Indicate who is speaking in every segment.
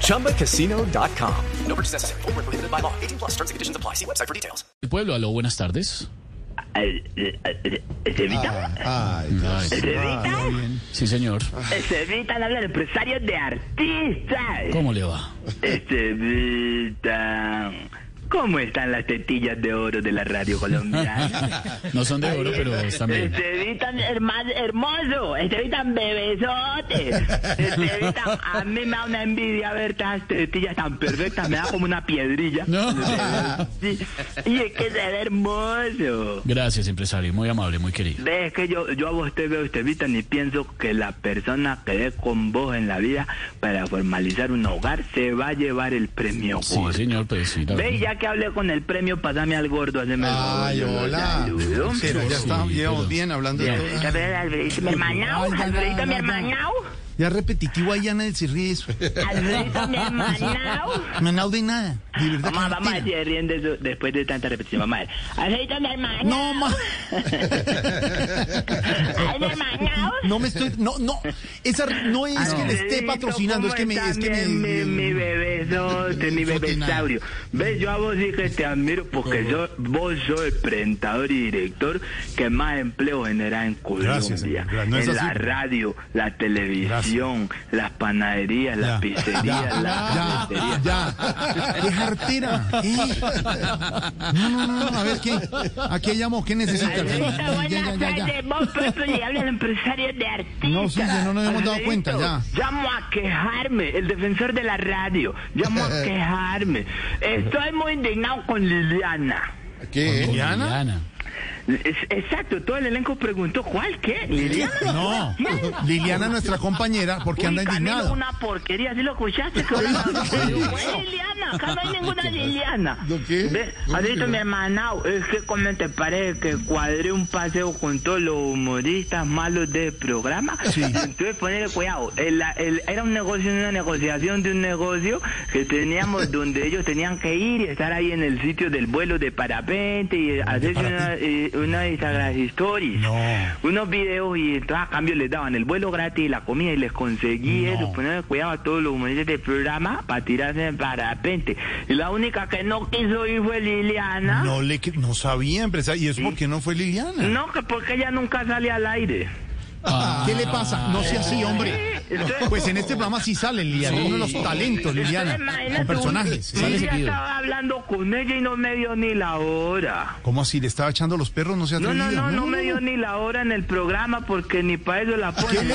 Speaker 1: ChumbaCasino.com. No purchase necessary. Void where prohibited by law. 18 plus terms and conditions apply. See website for details.
Speaker 2: El pueblo, aló, buenas tardes.
Speaker 3: ¿Estevita?
Speaker 2: Sí, señor.
Speaker 3: Estevita habla de empresarios de artistas.
Speaker 2: ¿Cómo le va?
Speaker 3: Estevita, ¿cómo están las tetillas de oro de la radio colombiana?
Speaker 2: No son de oro, pero están bien.
Speaker 3: Estevita, hermano, hermoso. Estevita, bebesote. Estevita, a mí me da una envidia ver estas tetillas tan perfectas. Me da como una piedrilla.
Speaker 2: No.
Speaker 3: Sí. Y es que se ve hermoso.
Speaker 2: Gracias, empresario. Muy amable, muy querido.
Speaker 3: Ve, es que yo, yo a vos te veo, usted Vita, y pienso que la persona que dé con vos en la vida para formalizar un hogar se va a llevar el premio
Speaker 2: Sí,
Speaker 3: gordo.
Speaker 2: señor, pues sí. la
Speaker 3: Ve, y
Speaker 2: verdad.
Speaker 3: ya que hablé con el premio, pasame al gordo, haceme el favor,
Speaker 4: Ay,
Speaker 3: yo lo
Speaker 4: hola.
Speaker 3: saludo.
Speaker 4: Sí, no, ya está,
Speaker 2: Sí,
Speaker 4: llevamos
Speaker 2: pero-
Speaker 4: bien hablando de todo.
Speaker 3: Ya ves, Alfredito, mi hermanao,
Speaker 4: Ay, ya, ya,
Speaker 3: Alfredito, mi
Speaker 4: ya, ya.
Speaker 3: hermanao,
Speaker 4: Ya repetitivo ahí, Ana del Cirriz.
Speaker 3: Alfredito, mi hermanao.
Speaker 4: Manao de nada. De verdad.
Speaker 3: Vamos,
Speaker 4: que no
Speaker 3: vamos a
Speaker 4: tira.
Speaker 3: seguir riendo eso después de tanta repetición, vamos a ver. Alfredito, mi hermanao.
Speaker 4: No, ma.
Speaker 3: Ay, mi hermanao.
Speaker 4: No me estoy. No, no. Esa no Ah, es que le esté
Speaker 3: Alfredito,
Speaker 4: patrocinando, es que me.
Speaker 3: ¿cómo
Speaker 4: Es que
Speaker 3: está mi,
Speaker 4: me,
Speaker 3: mi, bebesote, mi bebesaurio? Ves, yo a vos sí que te admiro porque yo, vos sos el presentador y director que más empleo genera en Colombia.
Speaker 4: Gracias, señor. Gra- no es
Speaker 3: en
Speaker 4: así,
Speaker 3: la
Speaker 4: pero-
Speaker 3: radio, la televisión, las panaderías, las pizzerías, las
Speaker 4: ya,
Speaker 3: cafeterías.
Speaker 4: ya. Qué jartera. ¿eh? No, no, no, no, A ver, ¿qué? ¿A qué llamo? ¿Qué necesita?
Speaker 3: Alfredito,
Speaker 4: Ya, ya,
Speaker 3: buenas
Speaker 4: ya, ya.
Speaker 3: tardes. Vos, Pepe, le habla el empresario de artistas.
Speaker 4: No, sí, ya no nos hemos dado
Speaker 3: Alfredito,
Speaker 4: cuenta, ya.
Speaker 3: Llamo a quejarme, el defensor de la radio. Llamo a quejarme. Estoy muy indignado con Liliana.
Speaker 4: ¿Qué?
Speaker 2: Liliana.
Speaker 4: ¿Liliana?
Speaker 3: Es- exacto, todo el elenco preguntó, ¿cuál qué? Liliana.
Speaker 4: No. Liliana, nuestra compañera, porque
Speaker 3: Uy,
Speaker 4: anda
Speaker 3: Camilo,
Speaker 4: indignada.
Speaker 3: una porquería, ¿sí lo escuchaste? Que ahora- Güey, Liliana, acá no hay ninguna Liliana.
Speaker 4: ¿Lo qué?
Speaker 3: Ve, ahorita mi hermanao, es que como te parece que cuadré un paseo con todos los humoristas malos del programa.
Speaker 4: Sí.
Speaker 3: Entonces ponerle cuidado, el- el- era un negocio, una negociación de un negocio que teníamos donde ellos tenían que ir y estar ahí en el sitio del vuelo de parapente y hacerse una, eh, una de esas grandes stories.
Speaker 4: No.
Speaker 3: Unos videos y entonces a cambio les daban el vuelo gratis y la comida y les conseguí
Speaker 4: No.
Speaker 3: eso, ponerle cuidado a todos los humoristas del programa para tirarse en parapente. Y la única que no quiso ir fue Liliana.
Speaker 4: No le cre- no sabía, empresario. ¿Y eso por qué no fue Liliana?
Speaker 3: No, que porque ella nunca sale al aire.
Speaker 4: ¿Qué le pasa? No sea así, hombre.
Speaker 3: Entonces-
Speaker 4: Pues en este programa sí sale Liliana, uno de los talentos, Liliana,
Speaker 3: Imagínate,
Speaker 4: con
Speaker 3: un-
Speaker 4: personajes.
Speaker 3: un
Speaker 4: Sale
Speaker 3: día
Speaker 4: seguido.
Speaker 3: estaba hablando con ella y no me dio ni la hora.
Speaker 4: ¿Cómo así? ¿Le estaba echando los perros? No se
Speaker 3: No,
Speaker 4: atrevido.
Speaker 3: no, no, no me dio ni la hora en el programa porque ni para eso la ponen.
Speaker 4: ¿Qué le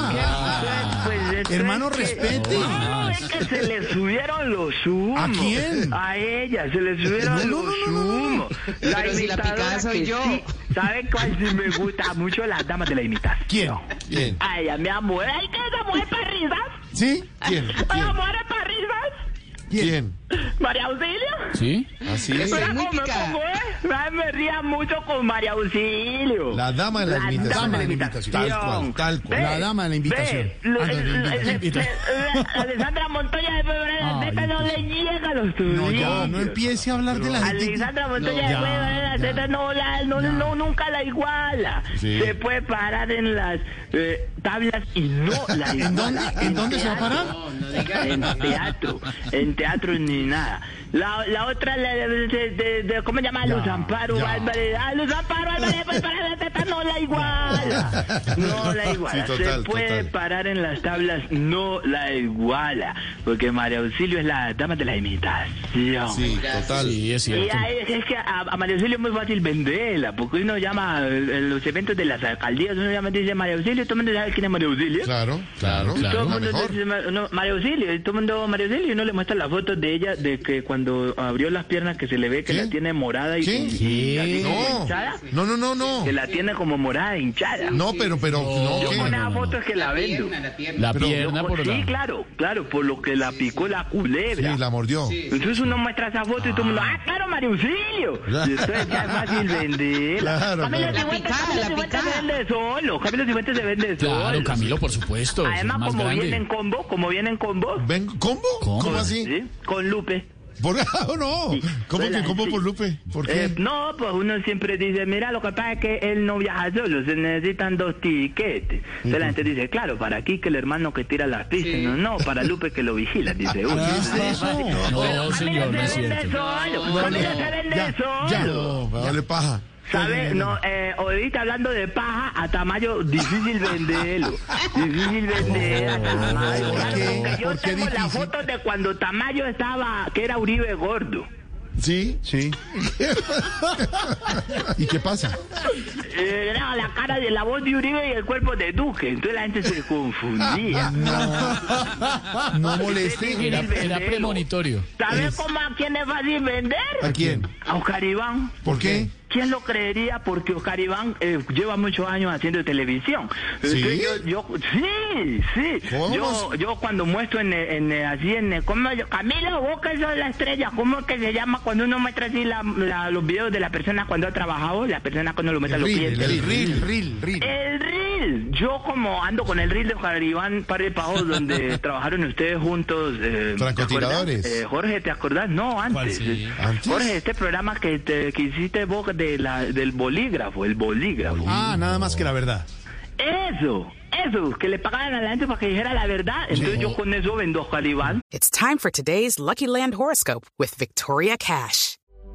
Speaker 4: pasa?
Speaker 3: Pues, esto
Speaker 4: Hermano,
Speaker 3: es que-
Speaker 4: respete.
Speaker 3: No, es que se le subieron los humos.
Speaker 4: ¿A quién?
Speaker 3: A ella, se le subieron
Speaker 4: No, no,
Speaker 3: los
Speaker 4: no, no, no, no.
Speaker 3: humos. La
Speaker 5: Pero si la
Speaker 3: imitadora
Speaker 5: picada soy
Speaker 3: que
Speaker 5: yo.
Speaker 3: sí, ¿Sabe cuál sí me gusta mucho? Las damas de la imitación.
Speaker 4: ¿Quién?
Speaker 6: Bien.
Speaker 3: A ella, mi amor. Ay, que esa mujer para risas.
Speaker 4: ¿Sí?
Speaker 6: ¿Quién?
Speaker 3: Mi amor es para risas.
Speaker 6: ¿Quién?
Speaker 3: María Auxilio.
Speaker 2: ¿Sí?
Speaker 6: Así
Speaker 3: Pero
Speaker 6: es.
Speaker 5: muy
Speaker 3: como me
Speaker 5: picada.
Speaker 3: pongo, ¿eh? Ay, Me ría mucho con María Auxilio.
Speaker 6: La dama de la
Speaker 3: La
Speaker 6: imitación.
Speaker 3: dama de la
Speaker 4: imitación.
Speaker 6: Tal cual, tal cual.
Speaker 4: La dama de la invitación.
Speaker 3: Ve, lo-
Speaker 4: Ah, no, de la
Speaker 3: eh,
Speaker 4: invitación.
Speaker 3: eh, eh, Alessandra Montoya de Puebla de la
Speaker 4: Ay,
Speaker 3: Zeta no le llega a los
Speaker 4: No, ya,
Speaker 3: tuyos.
Speaker 4: no empiece a hablar de la gente.
Speaker 3: Alessandra Montoya
Speaker 4: No,
Speaker 3: de
Speaker 4: ya,
Speaker 3: Puebla de la
Speaker 4: ya.
Speaker 3: Zeta no, la, no,
Speaker 4: Ya.
Speaker 3: no, nunca la iguala.
Speaker 6: Sí.
Speaker 3: Se puede parar en las eh, tablas y no la iguala.
Speaker 4: ¿En dónde, en dónde se va a
Speaker 3: teatro.
Speaker 4: parar?
Speaker 3: En teatro, en teatro ni nada. La, la otra, la de, de- de- de- ¿cómo se llama? Luz Amparo
Speaker 4: ya.
Speaker 3: Álvarez. Ah, Luz Amparo Álvarez, pues para la teta no la iguala. No la iguala.
Speaker 6: Sí, total,
Speaker 3: Se puede
Speaker 6: total.
Speaker 3: parar en las tablas, no la iguala. Porque María Auxilio es la dama de la imitación.
Speaker 6: Sí, total.
Speaker 2: Sí, es
Speaker 3: Y
Speaker 2: cierto.
Speaker 3: a- es, es que a, a María Auxilio es muy fácil venderla, porque uno llama a- en los eventos de las alcaldías, uno llama y dice María Auxilio, todo el mundo sabe quién es María Auxilio.
Speaker 6: Claro, claro.
Speaker 2: Claro,
Speaker 3: Todo el
Speaker 6: La
Speaker 3: mundo
Speaker 6: mejor.
Speaker 3: dice, no, María Auxilio, y todo el mundo María Auxilio, y uno le muestra las fotos de ella de que cuando cuando abrió las piernas que se le ve que
Speaker 4: ¿Qué?
Speaker 3: la tiene morada y,
Speaker 4: ¿Qué?
Speaker 3: y la tiene como
Speaker 4: No,
Speaker 3: hinchada?
Speaker 4: no, no, no, no.
Speaker 3: Que la tiene como morada hinchada.
Speaker 4: No, pero, pero, no,
Speaker 3: Yo
Speaker 4: ¿qué?
Speaker 3: con esa
Speaker 2: no, no.
Speaker 3: foto es que la vendo.
Speaker 2: La pierna
Speaker 3: Yo-
Speaker 2: por
Speaker 3: sí,
Speaker 2: la...
Speaker 3: claro, claro, por lo que la picó la
Speaker 4: Sí,
Speaker 3: culebra.
Speaker 4: la mordió.
Speaker 3: Entonces uno muestra esa foto y todo el mundo, ¡ah, claro, Mario Auxilio! Y entonces ya es fácil vender.
Speaker 4: Claro,
Speaker 3: Camilo
Speaker 4: claro.
Speaker 3: Cifuentes-
Speaker 5: La picada,
Speaker 3: Camilo
Speaker 5: la
Speaker 3: Cifuentes
Speaker 5: picada.
Speaker 3: se vende solo. Camilo Cifuentes se vende solo.
Speaker 2: Claro, Camilo, por supuesto. es el
Speaker 3: Además,
Speaker 2: más
Speaker 3: como viene en
Speaker 2: grande.
Speaker 3: combo, como viene en combo,
Speaker 4: Ven, ¿Combo? ¿Cómo,
Speaker 2: ¿Cómo?
Speaker 4: así?
Speaker 3: ¿sí? Con Lupe.
Speaker 4: ¿Por ah, no?
Speaker 3: Sí.
Speaker 4: ¿Cómo que
Speaker 3: Hola,
Speaker 4: combo
Speaker 3: sí.
Speaker 4: por Lupe? ¿Por
Speaker 3: Eh,
Speaker 4: qué?
Speaker 3: no, pues uno siempre dice, mira, lo que pasa es que él no viaja solo, se necesitan dos tiquetes. Entonces la gente dice, claro, para aquí que el hermano que tira las pistas, no, no, para Lupe que lo vigila, dice uno.
Speaker 4: ¿Qué es eso?
Speaker 2: No, señor, no
Speaker 3: Familia
Speaker 2: es
Speaker 3: se vende
Speaker 2: cierto.
Speaker 3: solo,
Speaker 4: No,
Speaker 3: familia se
Speaker 4: no,
Speaker 3: vende
Speaker 4: ya,
Speaker 3: solo.
Speaker 4: ya, no, vale paja.
Speaker 3: ¿Sabe? No, eh, ahorita hablando de paja, a Tamayo difícil venderlo. Difícil vender a Tamayo.
Speaker 4: ¿por
Speaker 3: claro,
Speaker 4: qué?
Speaker 3: porque
Speaker 4: ¿Por
Speaker 3: yo
Speaker 4: qué
Speaker 3: tengo
Speaker 4: difícil?
Speaker 3: las fotos de cuando Tamayo estaba, que era Uribe gordo.
Speaker 4: Sí, sí. ¿Y qué pasa?
Speaker 3: Eh, Era la cara de la voz de Uribe y el cuerpo de Duque. Entonces la gente se
Speaker 4: Ah,
Speaker 3: confundía.
Speaker 4: No
Speaker 2: Era,
Speaker 4: moleste.
Speaker 2: era premonitorio.
Speaker 3: ¿Sabes cómo a quién es fácil
Speaker 4: ¿A
Speaker 3: vender?
Speaker 4: quién?
Speaker 3: A Oscar Iván.
Speaker 4: ¿Por qué?
Speaker 3: ¿Quién lo creería? Porque Oscar Iván eh, lleva muchos años haciendo televisión.
Speaker 4: ¿Sí?
Speaker 3: Entonces Yo, yo- sí, sí.
Speaker 4: ¿Cómo?
Speaker 3: Yo, yo cuando muestro en, eh, en, eh, así en eh, ¿cómo yo? Camilo, vos que sos la estrella, ¿cómo es que se llama cuando uno muestra así la- la- los videos de la persona cuando ha trabajado, la persona cuando lo mete a
Speaker 4: El
Speaker 3: los
Speaker 4: reel,
Speaker 3: clientes?
Speaker 4: el reel, reel, reel.
Speaker 3: El reel. Yo como ando con el reel de Oscar Iván Par de Pajos, donde trabajaron ustedes juntos. eh, ¿te
Speaker 4: Francotiradores.
Speaker 3: acordás? Eh, Jorge, ¿te acordás? No,
Speaker 2: ¿Cuál,
Speaker 3: antes.
Speaker 2: sí?
Speaker 4: ¿Antes?
Speaker 3: Jorge, este programa que, te, que hiciste vos de la, del bolígrafo, el bolígrafo.
Speaker 4: Ah, nada más que la verdad.
Speaker 3: Eso, eso, que le pagaran a la gente para que dijera la verdad. Entonces yo con eso vendo a Oscar Iván.
Speaker 6: It's time for today's Lucky Land horoscope with Victoria Cash.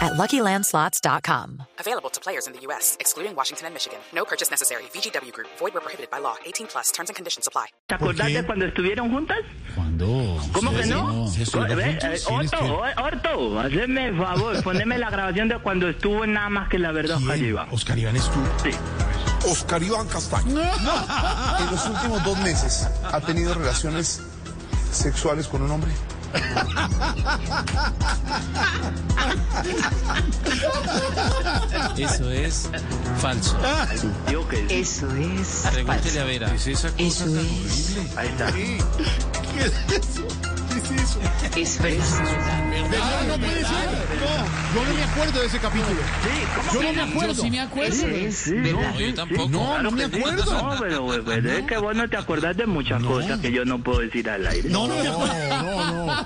Speaker 7: at luckylandslots.com.
Speaker 6: Available to players in the U.S., excluding Washington and Michigan. No purchase necessary. VGW Group, void where prohibited by law. 18 plus terms and conditions apply.
Speaker 3: ¿Te acordás
Speaker 4: qué?
Speaker 3: de cuando estuvieron juntas?
Speaker 2: ¿Cuándo?
Speaker 3: ¿Cómo que
Speaker 2: Sí,
Speaker 3: no? Ve, eh, Orto, o- Orto, hazme el favor, poneme la grabación de cuando estuvo en nada más que la verdad Oscar Iván.
Speaker 4: Oscar Iván es tú.
Speaker 3: Sí.
Speaker 8: Oscar Iván Castaño. En los últimos dos meses ha tenido relaciones sexuales con un hombre.
Speaker 9: Eso es falso.
Speaker 2: Ah,
Speaker 3: Digo que sí.
Speaker 5: Eso es.
Speaker 9: Pregúntele a Vera.
Speaker 5: Eso es.
Speaker 3: Ahí está.
Speaker 4: ¿Qué es eso? ¿Qué es eso?
Speaker 5: Es verdad.
Speaker 4: Ah, no puede ser. No, yo no me acuerdo de ese capítulo. Yo no me
Speaker 2: Yo
Speaker 4: acuerdo.
Speaker 2: sí me acuerdo.
Speaker 5: Eso es
Speaker 9: No,
Speaker 5: verdad.
Speaker 9: yo tampoco.
Speaker 4: No, no me
Speaker 3: que sí.
Speaker 4: acuerdo.
Speaker 3: No, pero, güey, pues, es que vos no te acordás de muchas cosas que yo no puedo decir al aire.
Speaker 4: No, no me acuerdo. No, no, no.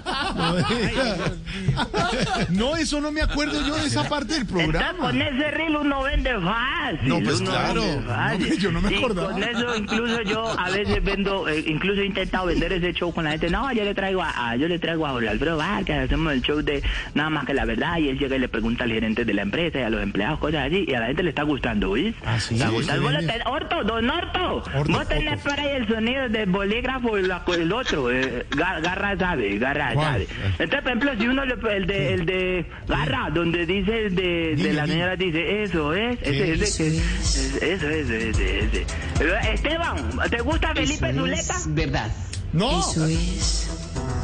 Speaker 4: No, eso no me acuerdo yo de esa parte del
Speaker 3: Entonces,
Speaker 4: programa.
Speaker 3: con ese reel uno vende fácil.
Speaker 4: No, pues
Speaker 3: uno
Speaker 4: claro.
Speaker 3: vende
Speaker 4: No, yo no me acordaba.
Speaker 3: Y con eso incluso yo a veces vendo, eh, incluso he intentado vender ese show con la gente. No, yo le traigo a, a- yo le traigo a Jorge Alfredo Vargas, hacemos el show de nada más que la verdad y él llega y le pregunta al gerente de la empresa y a los empleados cosas así y a la gente le está gustando, ¿oís?
Speaker 4: Ah, sí,
Speaker 3: Está
Speaker 4: sí,
Speaker 3: gustando.
Speaker 4: se
Speaker 3: Vos lo
Speaker 4: vende.
Speaker 3: ten- Orto, don Orto,
Speaker 4: Orto,
Speaker 3: vos tenés
Speaker 4: Orto.
Speaker 3: por ahí el sonido del bolígrafo y la- el otro, eh, gar- garra sabe, garra
Speaker 4: ¿Cuál? Ah,
Speaker 3: sabe. Entonces, por ejemplo, si uno le, el de el de garra donde dice el de de la señora dice, eso es, ese, ese, que- ese, eso es, ese, ese. Pero, Esteban, ¿te gusta Felipe
Speaker 5: Eso
Speaker 3: Zuleta?
Speaker 5: es verdad.
Speaker 4: No.
Speaker 5: Eso es.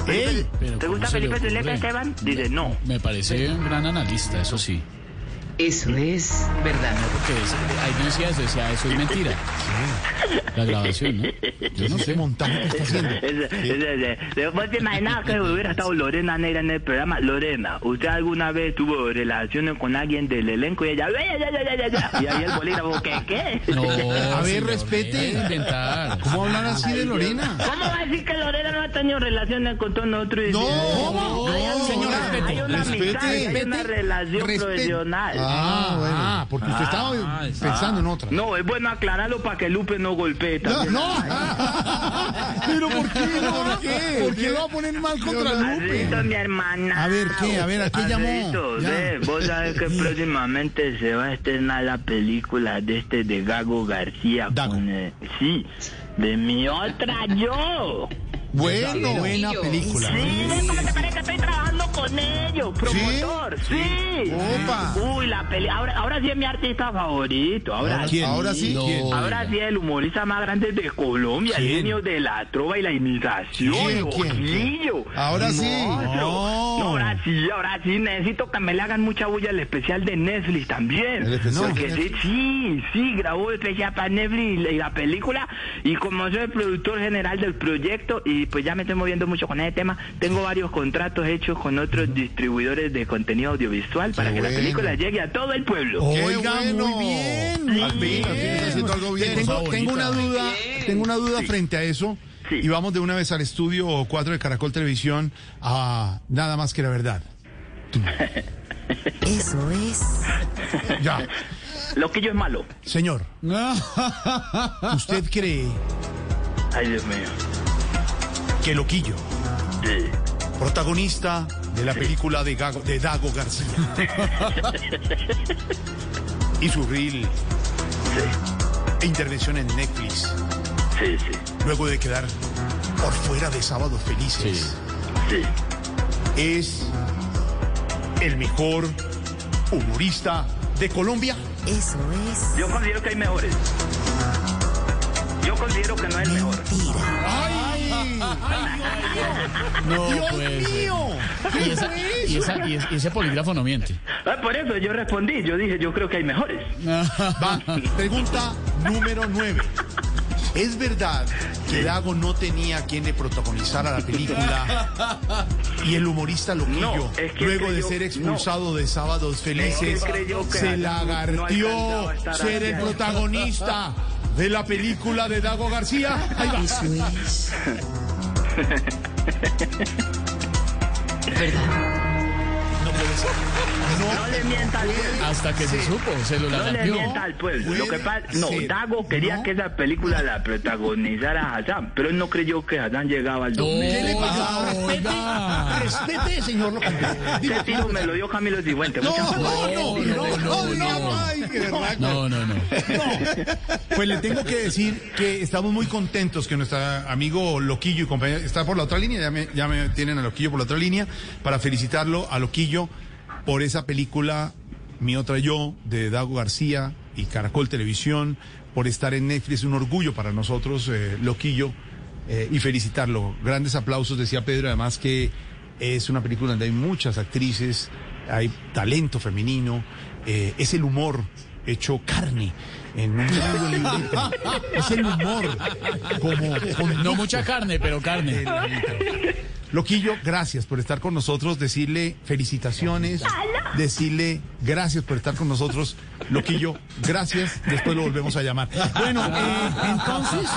Speaker 4: Ey,
Speaker 2: Pero
Speaker 3: ¿Te
Speaker 2: ¿cómo
Speaker 3: gusta
Speaker 2: se le
Speaker 3: Felipe Zuleta,
Speaker 2: ocurre?
Speaker 3: Esteban? Dice, no.
Speaker 2: Me parece un gran analista, eso sí.
Speaker 5: Eso es verdad.
Speaker 2: Porque es- ahí no decía eso, decía "Ah, eso es mentira. La grabación, ¿no? Yo no
Speaker 4: ese
Speaker 2: sé.
Speaker 4: montaje que está haciendo.
Speaker 3: Ese- ese- ese. ¿Vos te imaginabas que hubiera estado Lorena Neira en el programa? Lorena, ¿usted alguna vez tuvo relaciones con alguien del elenco y ella, "Ya, ya, ya, ya, ya, ya"? Y ahí el bolígrafo, ¿qué, qué?
Speaker 2: No,
Speaker 4: A ver,
Speaker 2: señor,
Speaker 4: respete.
Speaker 2: deje de inventar.
Speaker 4: ¿Cómo hablar así de Lorena?
Speaker 3: ¿Cómo va a decir que Lorena no ha tenido relaciones con todos nosotros?
Speaker 4: No,
Speaker 3: ¿Cómo? Hay
Speaker 4: no,
Speaker 3: una-
Speaker 4: señor,
Speaker 3: hay una
Speaker 4: respete,
Speaker 3: amistad, hay una
Speaker 4: respete,
Speaker 3: relación
Speaker 4: respete.
Speaker 3: profesional.
Speaker 4: Ah, bueno. Ah, porque usted estaba pensando en otra.
Speaker 3: No, es bueno aclararlo para que Lupe no golpee
Speaker 4: No,
Speaker 3: también.
Speaker 4: no. Pero ¿por qué? ¿Por qué? ¿Por qué lo va a poner mal contra Lupe?
Speaker 3: Alfredito, mi hermana.
Speaker 4: A ver, ¿qué? A ver, ¿a qué llamó?
Speaker 3: Alfredito,
Speaker 4: Ya.
Speaker 3: ve, vos sabés que próximamente se va a estrenar la película de este de Gago García.
Speaker 4: Dago.
Speaker 3: Con, eh, sí, de mi otra yo.
Speaker 4: Bueno, buena película.
Speaker 3: Sí, ¿cómo te parece? Estoy trabajando con ellos, promotor, sí.
Speaker 4: Opa.
Speaker 3: Uy, la peli. Ahora, ahora sí es mi artista favorito. Ahora sí.
Speaker 4: Ahora sí.
Speaker 2: No,
Speaker 4: ¿quién?
Speaker 3: Ahora sí, el humorista más grande de Colombia, el genio de la trova y la imitación,
Speaker 4: ¿Quién? ¿Quién?
Speaker 3: Boquillo.
Speaker 4: Ahora sí.
Speaker 3: Monstruo.
Speaker 4: No.
Speaker 3: No, ahora sí, ahora sí, necesito que me le hagan mucha bulla el especial de Netflix también.
Speaker 4: El especial
Speaker 3: Porque
Speaker 4: de
Speaker 3: sí, sí, sí, grabó el especial para Netflix y la película. Y como soy el productor general del proyecto, y pues ya me estoy moviendo mucho con ese tema, tengo varios contratos hechos con otros distribuidores de contenido audiovisual para que
Speaker 4: bueno. Oh.
Speaker 3: la película llegue a todo el pueblo.
Speaker 4: Qué
Speaker 3: Oiga,
Speaker 4: bueno. muy bien.
Speaker 3: Al fin,
Speaker 4: bien.
Speaker 3: al fin,
Speaker 8: está haciendo algo bien.
Speaker 4: Tengo,
Speaker 2: Cosa
Speaker 4: tengo una
Speaker 2: bonita.
Speaker 4: duda, tengo una duda frente a eso.
Speaker 3: Sí.
Speaker 4: Y vamos de una vez al estudio 4 de Caracol Televisión a nada más que la verdad.
Speaker 7: Eso es.
Speaker 4: Ya,
Speaker 3: Lo que yo es malo.
Speaker 4: señor, ¿usted cree
Speaker 3: Ay, Dios mío.
Speaker 4: que Loquillo,
Speaker 3: Sí.
Speaker 4: protagonista de la película de, Gago- de Dago García y su reel e intervención en Netflix,
Speaker 3: Sí, sí,
Speaker 4: luego de quedar por fuera de Sábados Felices?
Speaker 2: Sí.
Speaker 3: sí.
Speaker 4: es el mejor humorista de Colombia.
Speaker 7: Eso es.
Speaker 3: Yo considero que hay mejores. Yo considero que no es el mejor.
Speaker 2: No, pues. Y, esa- y esa- y es- y ese polígrafo no miente.
Speaker 3: Ah, por eso yo respondí, yo dije, yo creo que hay mejores.
Speaker 4: Va, pregunta número 9. ¿Es verdad que Dago no tenía a quien le protagonizara la película y el humorista Loquillo,
Speaker 3: No, es que
Speaker 4: luego de
Speaker 3: creyó-
Speaker 4: ser expulsado de Sábados Felices,
Speaker 3: Es que creyó que
Speaker 4: se
Speaker 3: no-
Speaker 4: lagartió
Speaker 3: no alcanzaba a estar
Speaker 4: ser
Speaker 3: ahí.
Speaker 4: el protagonista de la película de Dago García? Ahí va.
Speaker 5: Eso es. Verdad.
Speaker 3: No le mienta al pueblo.
Speaker 2: Hasta que se supo, se lo
Speaker 3: No
Speaker 2: la
Speaker 3: le mienta al pueblo. pues. Lo que pasa, no,
Speaker 4: ser,
Speaker 3: Dago quería
Speaker 4: ¿no?
Speaker 3: que esa película la protagonizara Hassan, pero él no creyó que Hassan llegaba al
Speaker 2: ¿Qué le
Speaker 3: 2000.
Speaker 2: pasa?
Speaker 4: Respete, señor Loquillo.
Speaker 3: Este tiro me lo dio Camilo Cifuentes. muchas gracias.
Speaker 4: no, no, no, no, ay, de verdad.
Speaker 2: No, no, no.
Speaker 4: Pues le tengo que decir que estamos muy contentos que nuestro amigo Loquillo y compañero está por la otra línea, ya me, ya me tienen a Loquillo por la otra línea, para felicitarlo a Loquillo por esa película Mi Otra Yo de Dago García y Caracol Televisión, por estar en Netflix, un orgullo para nosotros, eh, Loquillo, eh, y felicitarlo. Grandes aplausos, decía Pedro, además que es una película donde hay muchas actrices, hay talento femenino, eh, es el humor hecho carne en un libro librito. Es el humor como con-
Speaker 2: No mucha carne, pero carne.
Speaker 4: Loquillo, gracias por estar con nosotros, decirle felicitaciones, decirle gracias por estar con nosotros. Loquillo, gracias, después lo volvemos a llamar. Bueno, eh, entonces...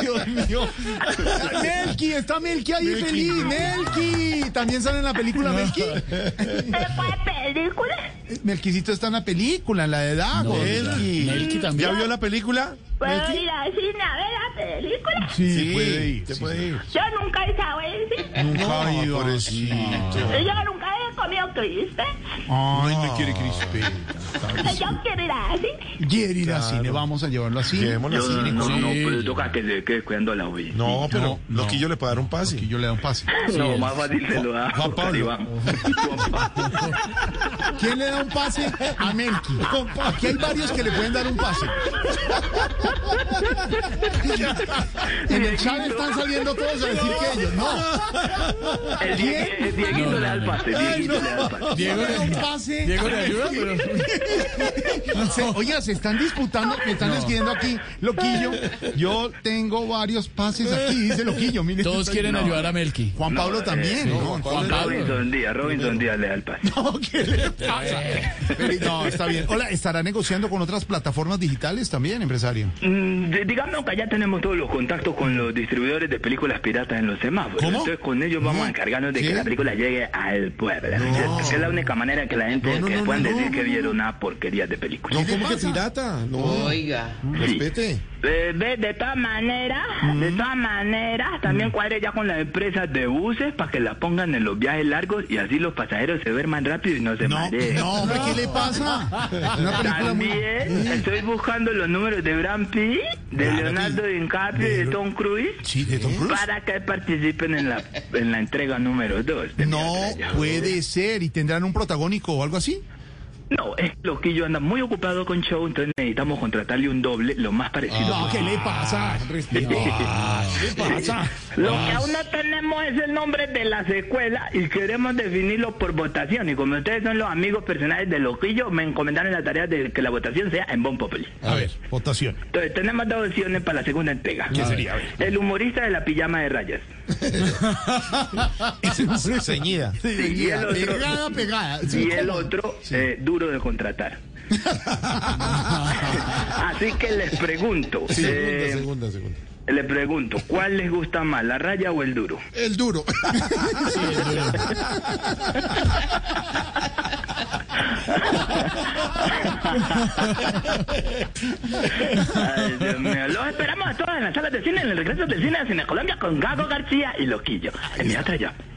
Speaker 4: Dios mío. Melqui, está Melqui ahí feliz. Melqui, ¿también sale en la película Melqui?
Speaker 10: película?
Speaker 4: Melquisito está en la película, en la de Dago. Melqui.
Speaker 2: Melqui también.
Speaker 4: ¿Ya vio la película?
Speaker 10: ¿Puedo ir al cine a ver la película?
Speaker 4: Sí, puede ir. sí.
Speaker 10: Yo nunca he sabido el cine.
Speaker 4: Nunca he ido.
Speaker 7: ¿Eh?
Speaker 10: Yo nunca he comido triste.
Speaker 4: Ay, me quiere crispy.
Speaker 10: Yo quiero ir al cine.
Speaker 4: Quiere ir al cine, vamos a llevarlo así.
Speaker 8: Llevémoslo
Speaker 3: Yo,
Speaker 8: así.
Speaker 3: no, no, no,
Speaker 2: Sí.
Speaker 3: pues toca que se quede cuidando la olla.
Speaker 8: No, pero
Speaker 4: no.
Speaker 8: Loquillo le puede dar un pase.
Speaker 4: Y yo le doy un pase.
Speaker 3: No, más fácil se lo da.
Speaker 8: Juan
Speaker 3: Oscar
Speaker 8: Pablo.
Speaker 3: Iván. Juan Pablo.
Speaker 4: ¿Quién le da un pase a Melqui? Compa, Aquí hay varios que le pueden dar un pase. En el chat están saliendo todos a decir que ellos. No,
Speaker 3: El Die- el Dieguito le da el pase. Dieguito le da el pase.
Speaker 2: Diego
Speaker 4: le da un
Speaker 2: le,
Speaker 4: pase.
Speaker 2: Diego le ayuda, pero.
Speaker 4: Se- oiga, se están disputando, me están escribiendo aquí, Loquillo. Yo tengo varios pases aquí, dice Loquillo. Mire,
Speaker 2: Todos quieren ayudar a Melqui.
Speaker 4: Juan Pablo
Speaker 3: eh,
Speaker 4: también, ¿no?
Speaker 2: Juan Pablo.
Speaker 3: Robinson Díaz, Robinson Díaz le da el pase.
Speaker 4: No, ¿qué le pasa?
Speaker 3: eh.
Speaker 4: No, está bien. Hola, ¿estará negociando con otras plataformas digitales también, empresario?
Speaker 3: Mm, de- digamos que allá tenemos todos los contactos con los distribuidores de películas piratas en los semáforos.
Speaker 4: ¿Cómo?
Speaker 3: Entonces con ellos vamos
Speaker 4: No.
Speaker 3: a encargarnos de
Speaker 4: ¿Sí?
Speaker 3: que la película llegue al pueblo. ¿entiendes? Que es la única manera en que la gente
Speaker 4: No, no,
Speaker 3: que
Speaker 4: no,
Speaker 3: puedan
Speaker 4: no,
Speaker 3: decir
Speaker 4: no,
Speaker 3: que
Speaker 4: no.
Speaker 3: vieron una porquería de película.
Speaker 8: No, como que pirata? No,
Speaker 5: Oiga.
Speaker 8: respete.
Speaker 3: Eh, ve, de todas maneras, de
Speaker 4: Mm.
Speaker 3: todas maneras, también cuadre ya con las empresas de buses para que la pongan en los viajes largos y así los pasajeros se ven más rápido y no se
Speaker 4: No,
Speaker 3: mareen.
Speaker 4: no, hombre, ¿qué le pasa? Es una película muy...
Speaker 3: También estoy buscando los números de Brad Pitt, de
Speaker 4: Brad
Speaker 3: Leonardo
Speaker 4: Pitt.
Speaker 3: DiCaprio y de Tom Cruise
Speaker 4: Sí, de Tom Cruise.
Speaker 3: para que participen en la, en la entrega número 2.
Speaker 4: No puede ser. ¿Y tendrán un protagónico o algo así?
Speaker 3: No, es que Loquillo anda muy ocupado con show, entonces necesitamos contratarle un doble, lo más
Speaker 4: Ah,
Speaker 3: parecido.
Speaker 11: No, ¿qué le pasa? Respeto. ¿Qué le pasa?
Speaker 3: Lo que
Speaker 4: Ah.
Speaker 3: aún no tenemos es el nombre de la secuela y queremos definirlo por votación. Y como ustedes son los amigos personales de Loquillo, me encomendaron la tarea de que la votación sea en Bon Populi.
Speaker 4: A ver, votación.
Speaker 3: Entonces, tenemos dos opciones para la segunda entrega.
Speaker 4: ¿Qué sería? A ver.
Speaker 3: El humorista de la pijama de rayas.
Speaker 12: Ceñida.
Speaker 3: y el otro,
Speaker 11: Pegada, pegada.
Speaker 3: y el otro, eh, duro de contratar. Así que les pregunto, eh,
Speaker 11: Segunda, segunda.
Speaker 3: les pregunto, ¿cuál les gusta más, la raya o el duro?
Speaker 11: El duro.
Speaker 3: Ay, Dios mío. Los esperamos a todas en las salas de cine, en el regreso del cine de Cine Colombia con Gago García y Loquillo. En mi otra ya.